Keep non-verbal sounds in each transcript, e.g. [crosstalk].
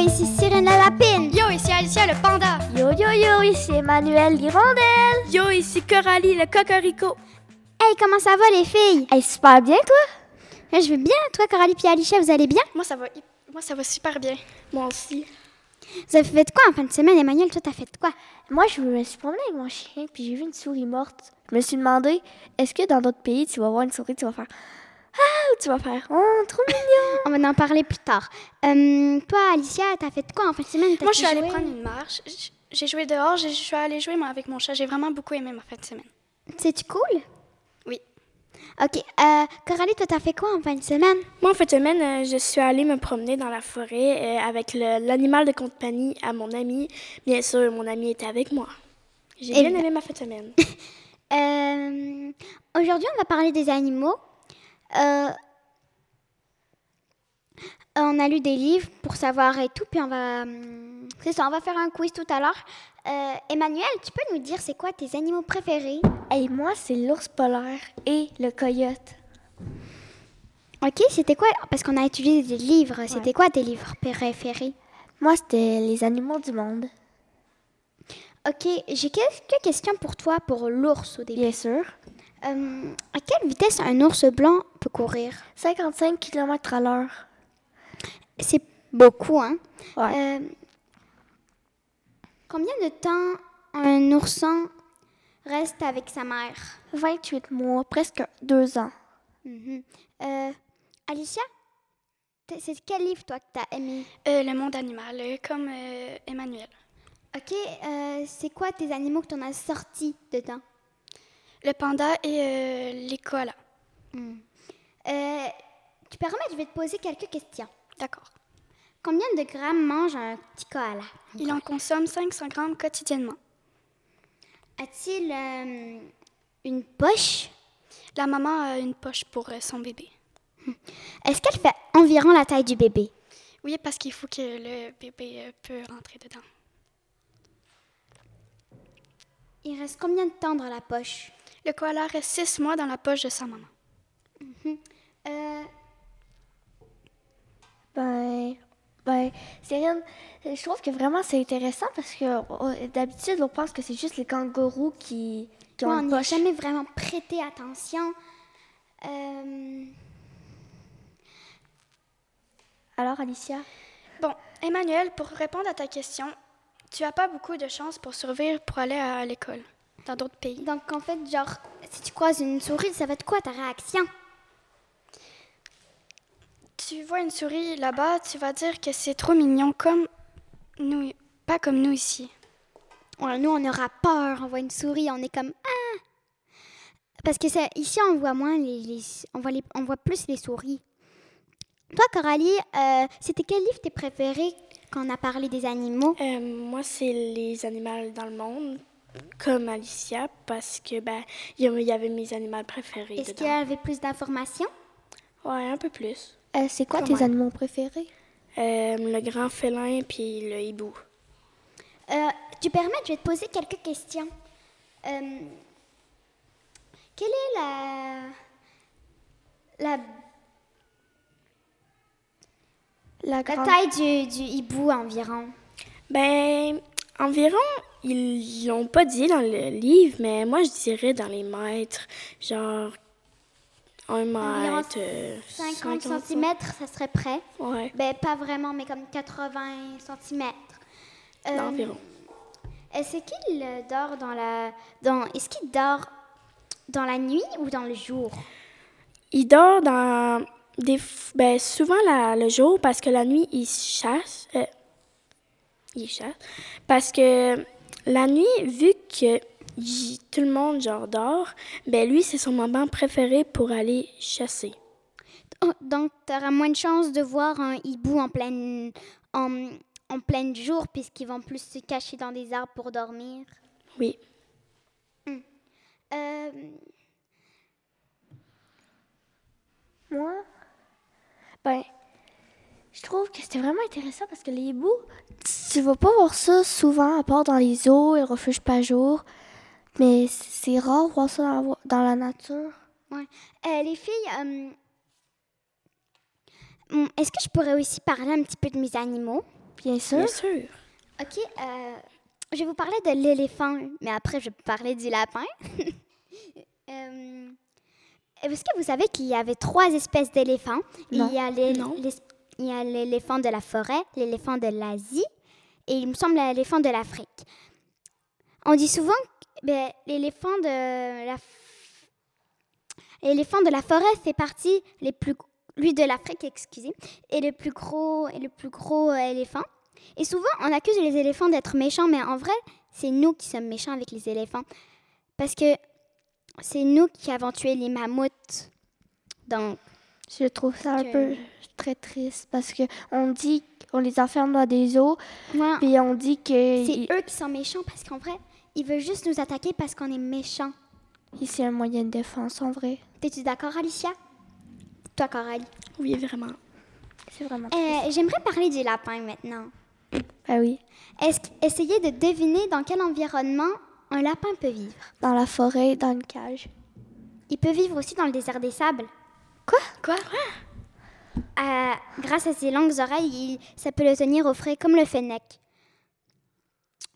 ici Cyrène la lapine. Yo, ici Alicia le panda. Yo, yo, yo, ici Emmanuel l'hirondelle. Yo, ici Coralie le cocorico. Hey, comment ça va les filles? Hey, super bien toi? Je vais bien. Toi, Coralie puis Alicia, vous allez bien? Moi, ça va, moi, ça va super bien. Moi aussi. Vous avez fait de quoi en fin de semaine, Emmanuel? Toi, t'as fait de quoi? Moi, je me suis promenée avec mon chien puis j'ai vu une souris morte. Je me suis demandé, est-ce que dans d'autres pays, tu vas voir une souris, tu vas faire... Ah, ou tu vas faire oh, trop mignon. [laughs] On va en parler plus tard. Euh, toi, Alicia, t'as fait quoi en fin de semaine Moi, je suis allée prendre une marche. J'ai joué dehors. Je suis allée jouer moi, avec mon chat. J'ai vraiment beaucoup aimé ma fin de semaine. C'est cool Oui. Ok. Euh, Coralie, toi, t'as fait quoi en fin de semaine Moi, en fin de semaine, euh, je suis allée me promener dans la forêt euh, avec l'animal de compagnie à mon ami. Bien sûr, mon ami était avec moi. J'ai bien aimé ma fin [laughs] de semaine. Euh, Aujourd'hui, on va parler des animaux. Euh, on a lu des livres pour savoir et tout, puis on va, hum, c'est ça, on va faire un quiz tout à l'heure. Euh, Emmanuel, tu peux nous dire c'est quoi tes animaux préférés Et hey, moi, c'est l'ours polaire et le coyote. Ok, c'était quoi Parce qu'on a étudié des livres. C'était ouais. quoi tes livres préférés Moi, c'était les animaux du monde. Ok, j'ai quelques questions pour toi pour l'ours au début. Bien sûr. Euh, à quelle vitesse un ours blanc peut courir 55 km à l'heure. C'est beaucoup, hein ouais. euh, Combien de temps un ourson reste avec sa mère 28 mois, presque 2 ans. Mm -hmm. euh, Alicia, es, c'est quel livre, toi, que t'as aimé Euh, Le monde animal, comme euh, Emmanuel. Ok, euh, c'est quoi tes animaux que t'en as sortis dedans le panda et euh, les koalas. Mm. Euh, tu permets, je vais te poser quelques questions. D'accord. Combien de grammes mange un petit koala Il koala. en consomme 500 grammes quotidiennement. A-t-il euh, une poche La maman a une poche pour euh, son bébé. Est-ce qu'elle fait environ la taille du bébé Oui, parce qu'il faut que le bébé euh, peut rentrer dedans. Il reste combien de temps dans la poche le koala reste six mois dans la poche de sa maman. Mm -hmm. euh... Ben, ben, rien... je trouve que vraiment c'est intéressant parce que oh, d'habitude on pense que c'est juste les kangourous qui, qui ouais, ont une on n'a jamais vraiment prêté attention. Euh... Alors Alicia. Bon, Emmanuel, pour répondre à ta question, tu as pas beaucoup de chance pour survivre pour aller à l'école dans d'autres pays. Donc en fait, genre, si tu croises une souris, ça va être quoi ta réaction Tu vois une souris là-bas, tu vas dire que c'est trop mignon comme nous, pas comme nous ici. Ouais, nous, on aura peur, on voit une souris, on est comme ah Parce que ici, on voit moins les, les, on voit les, on voit plus les souris. Toi, Coralie, euh, c'était quel livre tes préféré quand on a parlé des animaux euh, Moi, c'est les animaux dans le monde comme Alicia parce que ben il y, y avait mes animaux préférés. Est-ce qu'il y avait plus d'informations Ouais, un peu plus. Euh, c'est quoi Comment? tes animaux préférés euh, Le grand félin puis le hibou. Euh, tu permets, je vais te poser quelques questions. Euh, quelle est la la la, grande... la taille du, du hibou environ Ben environ ils l'ont pas dit dans le livre, mais moi je dirais dans les mètres, genre un mètre. 50, 50 cm, ça serait près. Ouais. Ben, pas vraiment, mais comme 80 cm. Euh, environ. Est-ce qu'il dort dans la. Dans, est-ce qu'il dort dans la nuit ou dans le jour? Il dort dans. Des, ben, souvent la, le jour parce que la nuit, il chasse. Euh, il chasse. Parce que la nuit, vu que y, tout le monde genre dort, ben lui c'est son moment préféré pour aller chasser. Oh, Donc tu auras moins de chances de voir un hibou en pleine en, en plein jour puisqu'ils vont plus se cacher dans des arbres pour dormir. Oui. Hum. Euh... Moi, ben je trouve que c'était vraiment intéressant parce que les hiboux, tu vas pas voir ça souvent, à part dans les eaux et le refuge pas jour. Mais c'est rare voir ça dans la, dans la nature. Ouais. Euh, mm, les filles, euh, est-ce que je pourrais aussi parler un petit peu de mes animaux? Bien sûr. Bien sûr. Ok, euh, je vais vous parler de l'éléphant, mais après je vais parler du lapin. [laughs] Euh, Est-ce que vous savez qu'il y avait trois espèces d'éléphants Non. Il y a l'é- Non. l'es- il y a l'éléphant de la forêt, l'éléphant de l'Asie et il me semble l'éléphant de l'Afrique. On dit souvent que ben, l'éléphant de la f- l'éléphant de la forêt fait partie les plus lui de l'Afrique, excusez, est le plus gros est le plus gros euh, éléphant. Et souvent, on accuse les éléphants d'être méchants, mais en vrai, c'est nous qui sommes méchants avec les éléphants. Parce que c'est nous qui avons tué les mammouths. Donc, Je trouve ça un Que- peu très triste parce que on dit qu'on les enferme dans des eaux, moi, puis on dit que c'est il- eux qui sont méchants parce qu'en vrai, ils veulent juste nous attaquer parce qu'on est méchants. il- c'est un moyen de défense en vrai. T'es-tu d'accord, Alicia? Toi, Coralie. Oui, vraiment. C'est vraiment. Euh, J'aimerais parler du lapin maintenant. Ah oui, Est-ce que- essayez de deviner dans quel environnement un lapin peut vivre. dans la forêt, dans une cage. Il peut vivre aussi dans le désert des sables. Quoi? Euh, grâce à ses longues oreilles, il- ça peut le tenir au frais comme le fennec.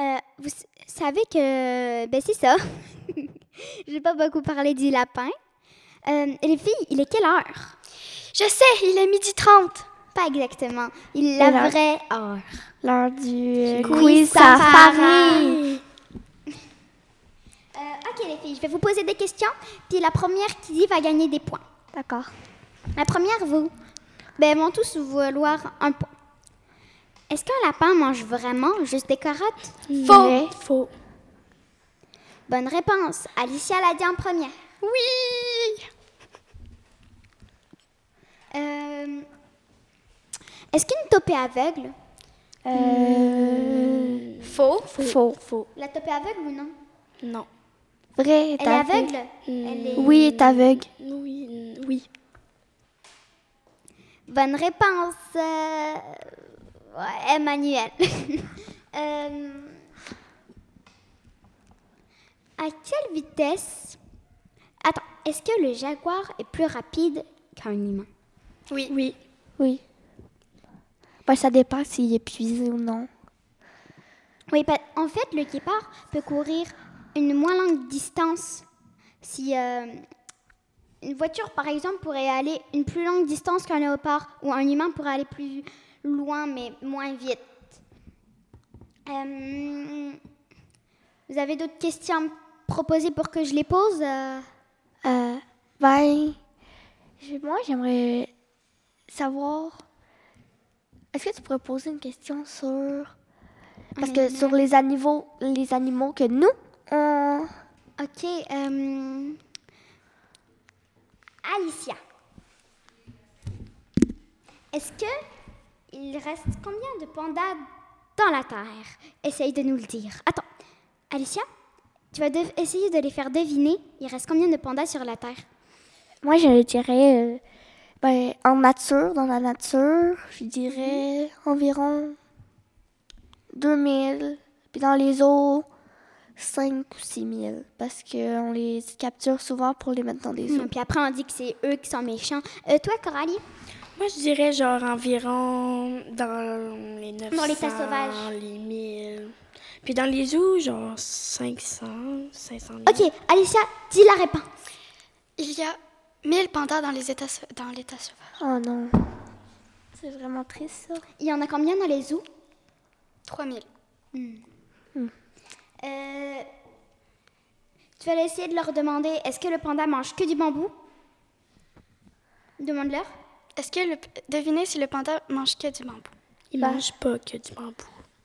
Euh, vous s- savez que... Ben c'est ça. [laughs] J'ai pas beaucoup parlé du lapin. Euh, les filles, il est quelle heure Je sais, il est midi 30. Pas exactement. Il la Quelle heure? Ah, vraie heure. L'heure du euh, quiz quiz safari. safari. Euh, ok les filles, je vais vous poser des questions, puis la première qui dit va gagner des points. D'accord. La première, vous. Ben, vont tous vous vouloir un point. Est-ce qu'un lapin mange vraiment juste des carottes Faux. Mais- Faux. Bonne réponse. Alicia l'a dit en première. Oui. Euh, Est-ce qu'une taupée aveugle Euh, Hmm. Faux. Faux. Faux. La taupée aveugle ou non Non. Vrai, Elle est aveugle Elle est- Oui, est aveugle. Oui. n- Oui. Bonne réponse, euh, ouais, Emmanuel. [laughs] Euh, À quelle vitesse Attends, est-ce que le jaguar est plus rapide qu'un humain Oui. Oui. Oui. Ben, ça dépend s'il est épuisé ou non. Oui, pa- en fait, le guépard peut courir une moins longue distance. Si euh, une voiture, par exemple, pourrait aller une plus longue distance qu'un léopard, ou un humain pourrait aller plus loin mais moins vite. Euh, vous avez d'autres questions à me proposer pour que je les pose euh? Euh, ben, j'ai- moi, j'aimerais savoir. Est-ce que tu pourrais poser une question sur. Parce que sur les animaux, les animaux que nous, on. Ok. euh, Alicia. Est-ce que il reste combien de pandas dans la Terre Essaye de nous le dire. Attends. Alicia, tu vas dev- essayer de les faire deviner. Il reste combien de pandas sur la Terre Moi, je dirais. euh, ben, en nature, dans la nature, je dirais environ 2000. Puis dans les eaux, 5 ou 6 000. Parce qu'on les capture souvent pour les mettre dans des eaux. Puis après, on dit que c'est eux qui sont méchants. Euh, toi, Coralie Moi, je dirais genre environ dans les 900. Dans l'état sauvage. Les 1000. Puis dans les zoos, genre 500, 500 000. Ok, Alicia, dis la réponse. Il y a 1000 pandas dans les états sau- dans l'état sauvage. Oh non. C'est vraiment triste, ça. Il y en a combien dans les zoos Hmm. 3000. Euh, tu vas essayer de leur demander est-ce que le panda mange que du bambou Demande-leur. Est-ce que le devinez si le panda mange que du bambou Ils bah. mangent pas que du bambou.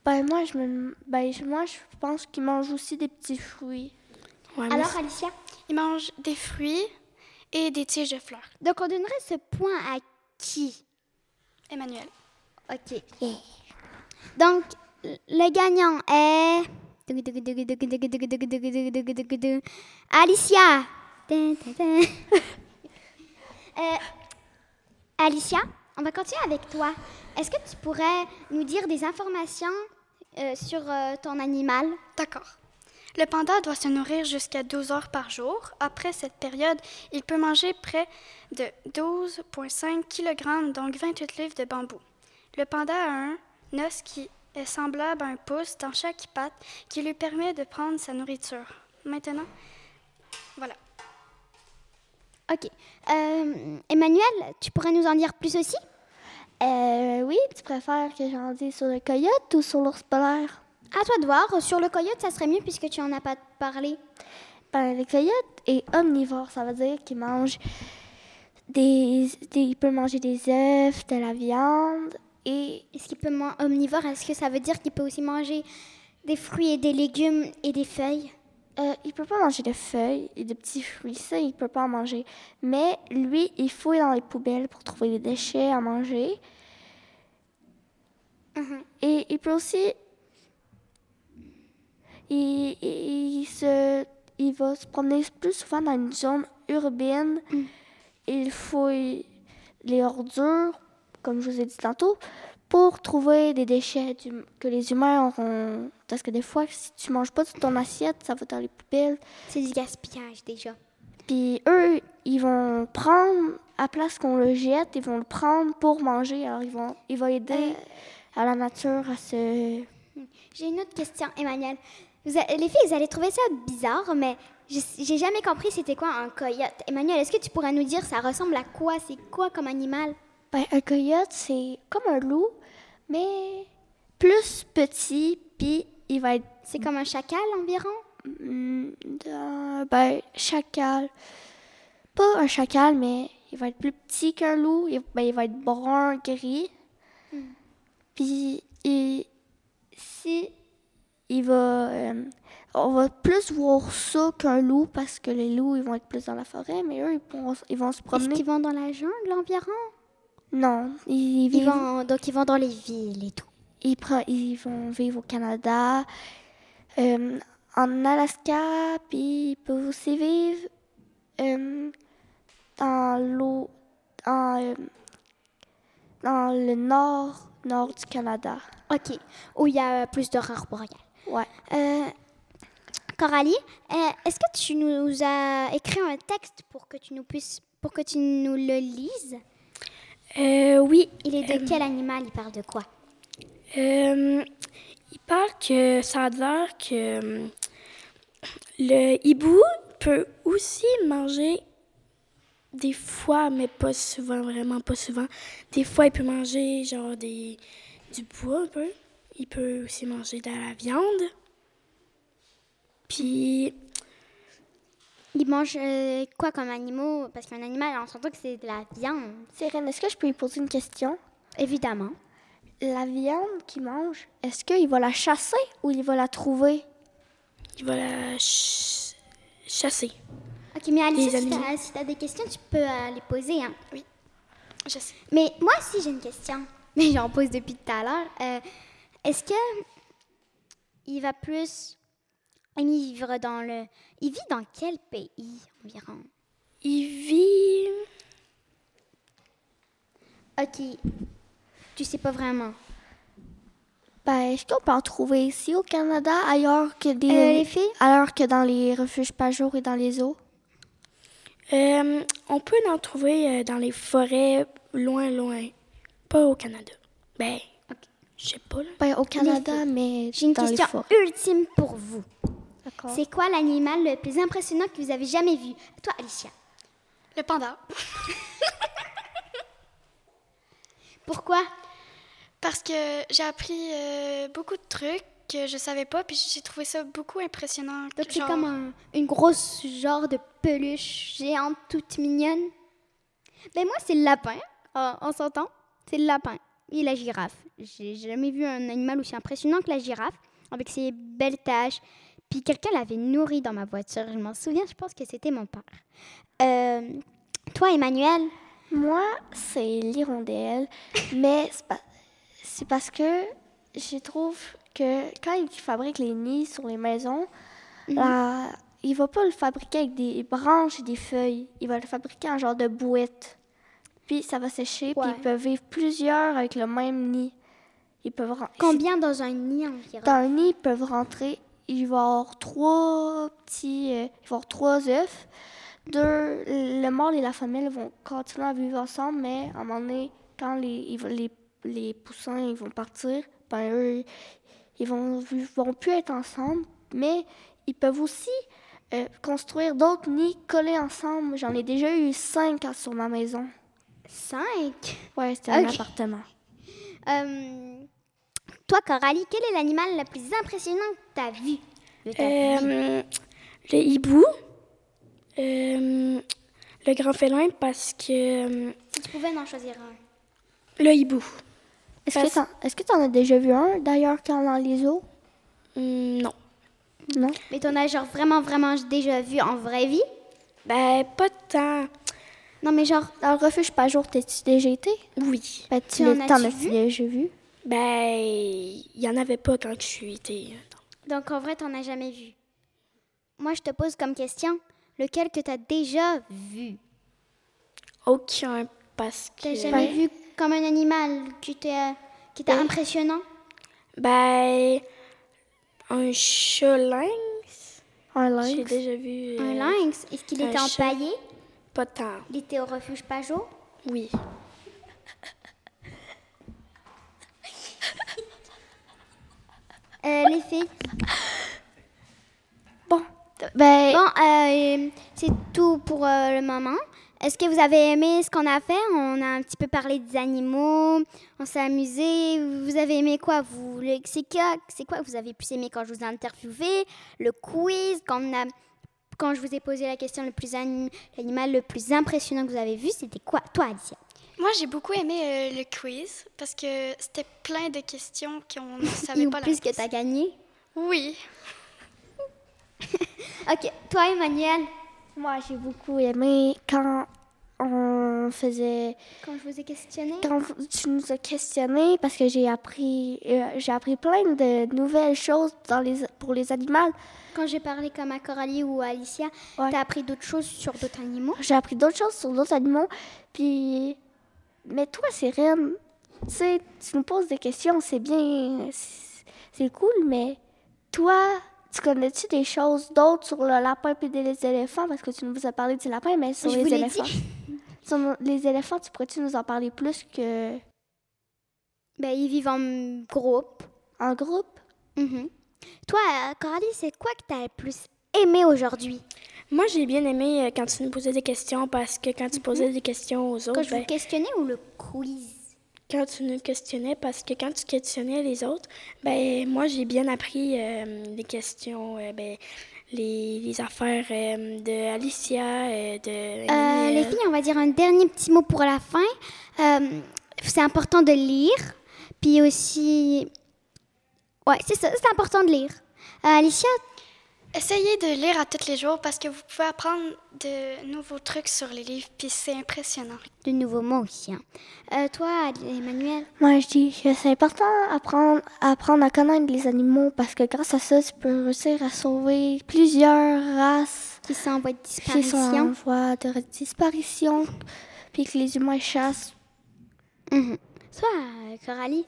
Ben, moi, je me... ben, je- moi, je pense qu'ils mangent aussi des petits fruits. Ouais, mais Alors, Alicia Il mange des fruits et des tiges de fleurs. Donc, on donnerait ce point à qui Emmanuel. Ok. Donc, le gagnant est. Alicia Tin, tin, tin. Euh, Alicia, on va continuer avec toi. Est-ce que tu pourrais nous dire des informations euh, sur euh, ton animal D'accord. Le panda doit se nourrir jusqu'à 12 heures par jour. Après cette période, il peut manger près de 12,5 kg, donc 28 livres de bambou. Le panda a un Nos qui est semblable à un pouce dans chaque patte qui lui permet de prendre sa nourriture. Maintenant, voilà. Ok. Euh, Emmanuel, tu pourrais nous en dire plus aussi Euh, oui, tu préfères que j'en dise sur le coyote ou sur l'ours polaire? À toi de voir. Sur le coyote, ça serait mieux puisque tu en as pas parlé. Ben, le coyote est omnivore, ça veut dire qu'il mange des, des- Il peut manger des œufs, de la viande. Et est-ce qu'il peut manger omnivore Est-ce que ça veut dire qu'il peut aussi manger des fruits et des légumes et des feuilles Euh, il peut pas manger de feuilles et de petits fruits, ça, il peut pas en manger. Mais lui, il fouille dans les poubelles pour trouver des déchets à manger. Et il peut aussi. Il, il- il se, il va se promener plus souvent dans une zone urbaine. Il fouille les ordures, comme je vous ai dit tantôt, pour trouver des déchets du- que les humains auront. Parce que des fois, si tu manges pas toute ton assiette, ça va dans les poubelles. C'est du gaspillage déjà. Puis eux, ils vont prendre, à place qu'on le jette, ils vont le prendre pour manger. Alors ils vont, ils vont aider à la nature à se J'ai une autre question, Emmanuel. Vous a- les filles, vous allez trouver ça bizarre, mais je- j'ai jamais compris c'était quoi un coyote. Emmanuel, est-ce que tu pourrais nous dire ça ressemble à quoi C'est quoi comme animal Ben, un coyote, c'est comme un loup, mais plus petit, puis il va être C'est comme un chacal environ mm, dans- ben, chacal. Pas un chacal, mais il va être plus petit qu'un loup. Il, ben, il va être brun, gris. Hmm. Puis, il- si il va. euh, on va plus voir ça qu'un loup parce que les loups, ils vont être plus dans la forêt, mais eux, ils, pourront- ils vont se Est-ce promener. qu'ils vont dans la jungle environ Non, ils, ils vivent- vont, Donc ils vont dans les villes et tout. Ils, pre- ils vont vivre au Canada, euh, en Alaska, puis ils peuvent aussi vivre euh, dans l'eau, dans, euh, dans le nord, nord du Canada. Ok, où il y a euh, plus d'aurore boréale. Ouais. Euh, Coralie, euh, est-ce que tu nous as écrit un texte pour que tu nous puisses, pour que tu nous le lises Euh, oui, Il est de quel animal Il parle de quoi Euh, il parle que ça a l'air que hum, le hibou peut aussi manger des fois, mais pas souvent, vraiment pas souvent. Des fois, il peut manger genre des, du bois un peu. Il peut aussi manger de la viande. Puis, Il mange euh, quoi comme animaux Parce qu'un animal, on s'entend que c'est de la viande. Sérène, est-ce que je peux lui poser une question? Évidemment. La viande qu'il mange, est-ce qu'il va la chasser ou il va la trouver? il va la ch- chasser. Ok, mais Alice, Les si animaux. t'as si t'as des questions, tu peux euh, les poser. hein. Je sais. Mais moi aussi, j'ai une question. [laughs] Mais j'en pose depuis tout à l'heure. Euh, Est-ce que il va plus vivre dans le... Il vit dans quel pays environ Il vit. Ok. Tu sais pas vraiment. Ben, est-ce qu'on peut en trouver ici au Canada, ailleurs que des... Euh, les filles? Alors que dans les refuges pas jour et dans les eaux? Euh, on peut en trouver euh, dans les forêts loin, loin. Pas au Canada. Ben, je sais pas, là. Ben, au Canada, mais J'ai une dans les question forêts. ultime pour vous. D'accord. C'est quoi l'animal le plus impressionnant que vous avez jamais vu Toi, Alicia. Le panda. [laughs] Pourquoi Parce que j'ai appris euh, beaucoup de trucs que je savais pas, puis j'ai trouvé ça beaucoup impressionnant. Donc c'est Genre, comme un- une grosse genre de peluche géante toute mignonne. Ben moi c'est le lapin, euh, on s'entend. C'est le lapin et la girafe. J'ai jamais vu un animal aussi impressionnant que la girafe, avec ses belles taches. Puis quelqu'un l'avait nourri dans ma voiture, je m'en souviens, je pense que c'était mon père. Euh, toi Emmanuel, Moi, c'est l'hirondelle, mais c'est pas- c'est parce que je trouve que quand ils fabriquent les nids sur les maisons, la- ils ne vont pas le fabriquer avec des branches et des feuilles. Ils vont le fabriquer en genre de bouette. Puis ça va sécher, puis Ouais. ils peuvent vivre plusieurs avec le même nid. Ils peuvent ren- combien dans un nid environ Dans le nid, ils peuvent rentrer. Il va y avoir trois petits. euh, il va y avoir trois œufs. Deux, le mâle et la femelle vont continuer à vivre ensemble, mais à un moment donné, quand les, ils vont- les, les poussins ils vont partir, ben eux, ils vont, ils vont plus être ensemble, mais ils peuvent aussi euh, construire d'autres nids collés ensemble. J'en ai déjà eu cinq à- sur ma maison. Cinq. Ouais, c'était un Ok. appartement. Euh, toi, Coralie, quel est l'animal le plus impressionnant que t'as vu de ta vie? Euh, le hibou, euh, le grand félin parce que... euh, Si tu pouvais en choisir un. le hibou. Est-ce que Parce- t'en- est-ce que tu en as déjà vu un d'ailleurs quand dans les eaux? Hum, non. Non? Mais t'en as genre vraiment, vraiment déjà vu en vraie vie? Ben, pas tant. Non, mais genre, Dans le refuge pas jour, t'es-tu déjà été? Oui. Ben, tu en l'es- as-tu t'en as-tu vu? déjà vu? Ben, il n'y en avait pas quand je suis été. euh, donc en vrai, t'en as jamais vu. Moi, je te pose comme question, lequel que t'as déjà vu? Aucun parce que... T'as Ben, jamais vu comme un animal qui était, qui était impressionnant? Ben, un chat lynx. Un J'ai lynx? déjà vu... Un euh, lynx? Est-ce qu'il un était chat. empaillé? Pas tant, Il était au refuge Pajot? oui. Euh, les filles? Bon. Ben, Bon, euh, c'est tout pour euh, le moment. Est-ce que vous avez aimé ce qu'on a fait? On a un petit peu parlé des animaux, on s'est amusé. Vous avez aimé quoi? Vous, le- c'est quoi, c'est quoi que vous avez plus aimé quand je vous ai interviewé? Le quiz, quand, on a- quand je vous ai posé la question, le plus anim- l'animal le plus impressionnant que vous avez vu, c'était quoi? Toi, Alicia. Moi, j'ai beaucoup aimé euh, le quiz parce que c'était plein de questions qu'on [laughs] ne savait Ou Ah, pas la plus que réponse. tu as gagné? Oui. Ok, toi, Emmanuel, moi j'ai beaucoup aimé quand on faisait quand je vous ai questionné? quand tu nous as questionné parce que j'ai appris euh, j'ai appris plein de nouvelles choses dans les pour les animaux. Quand j'ai parlé comme à Coralie ou à Alicia, Ouais. t'as appris d'autres choses sur d'autres animaux? J'ai appris d'autres choses sur d'autres animaux. Puis mais toi Sérène, tu sais tu nous poses des questions, c'est bien c'est- c'est cool mais toi tu connais-tu des choses d'autres sur le lapin et les éléphants parce que tu nous as parlé du lapin mais sur Je les vous l'ai éléphants. [laughs] Sur nos- les éléphants, tu pourrais-tu nous en parler plus que Ben, ils vivent en groupe. en groupe? Mhm. Toi, euh, Coralie, c'est quoi que t'as le plus aimé aujourd'hui Moi, j'ai bien aimé euh, quand tu nous posais des questions parce que quand tu posais des questions aux Mhm. Oh, Quand autres, je vous ben, questionnais ou le quiz quand tu nous questionnais, parce que quand tu questionnais les autres, ben moi, j'ai bien appris euh, des questions, euh, ben, les, les affaires euh, de Alicia, euh, de Euh, Emmanuel. Les filles, on va dire un dernier petit mot pour la fin. Euh, c'est important de lire. Puis aussi. Ouais, c'est ça, c'est important de lire. Euh, Alicia, Essayez de lire à tous les jours parce que vous pouvez apprendre de nouveaux trucs sur les livres, puis c'est impressionnant. de nouveaux mots aussi. hein. Euh, toi, Ad- Emmanuel, Moi, je dis que c'est important d'apprendre apprendre à connaître les animaux parce que grâce à ça, tu peux réussir à sauver plusieurs races qui sont en voie de qui sont disparition. en voie de disparition puis que les humains chassent. Mhm. Toi, euh, Coralie.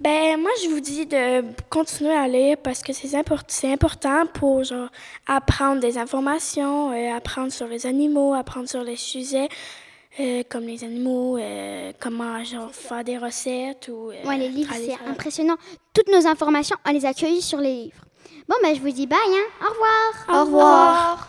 Ben moi je vous dis de continuer à lire parce que c'est import- c'est important pour genre apprendre des informations, euh, apprendre sur les animaux, apprendre sur les sujets euh, comme les animaux, euh, comment genre faire des recettes ou euh, Ouais, les livres, aller c'est faire- impressionnant. Toutes nos informations, on les a cueillies sur les livres. Bon, ben, je vous dis bye, hein. Au revoir. Au Or, revoir.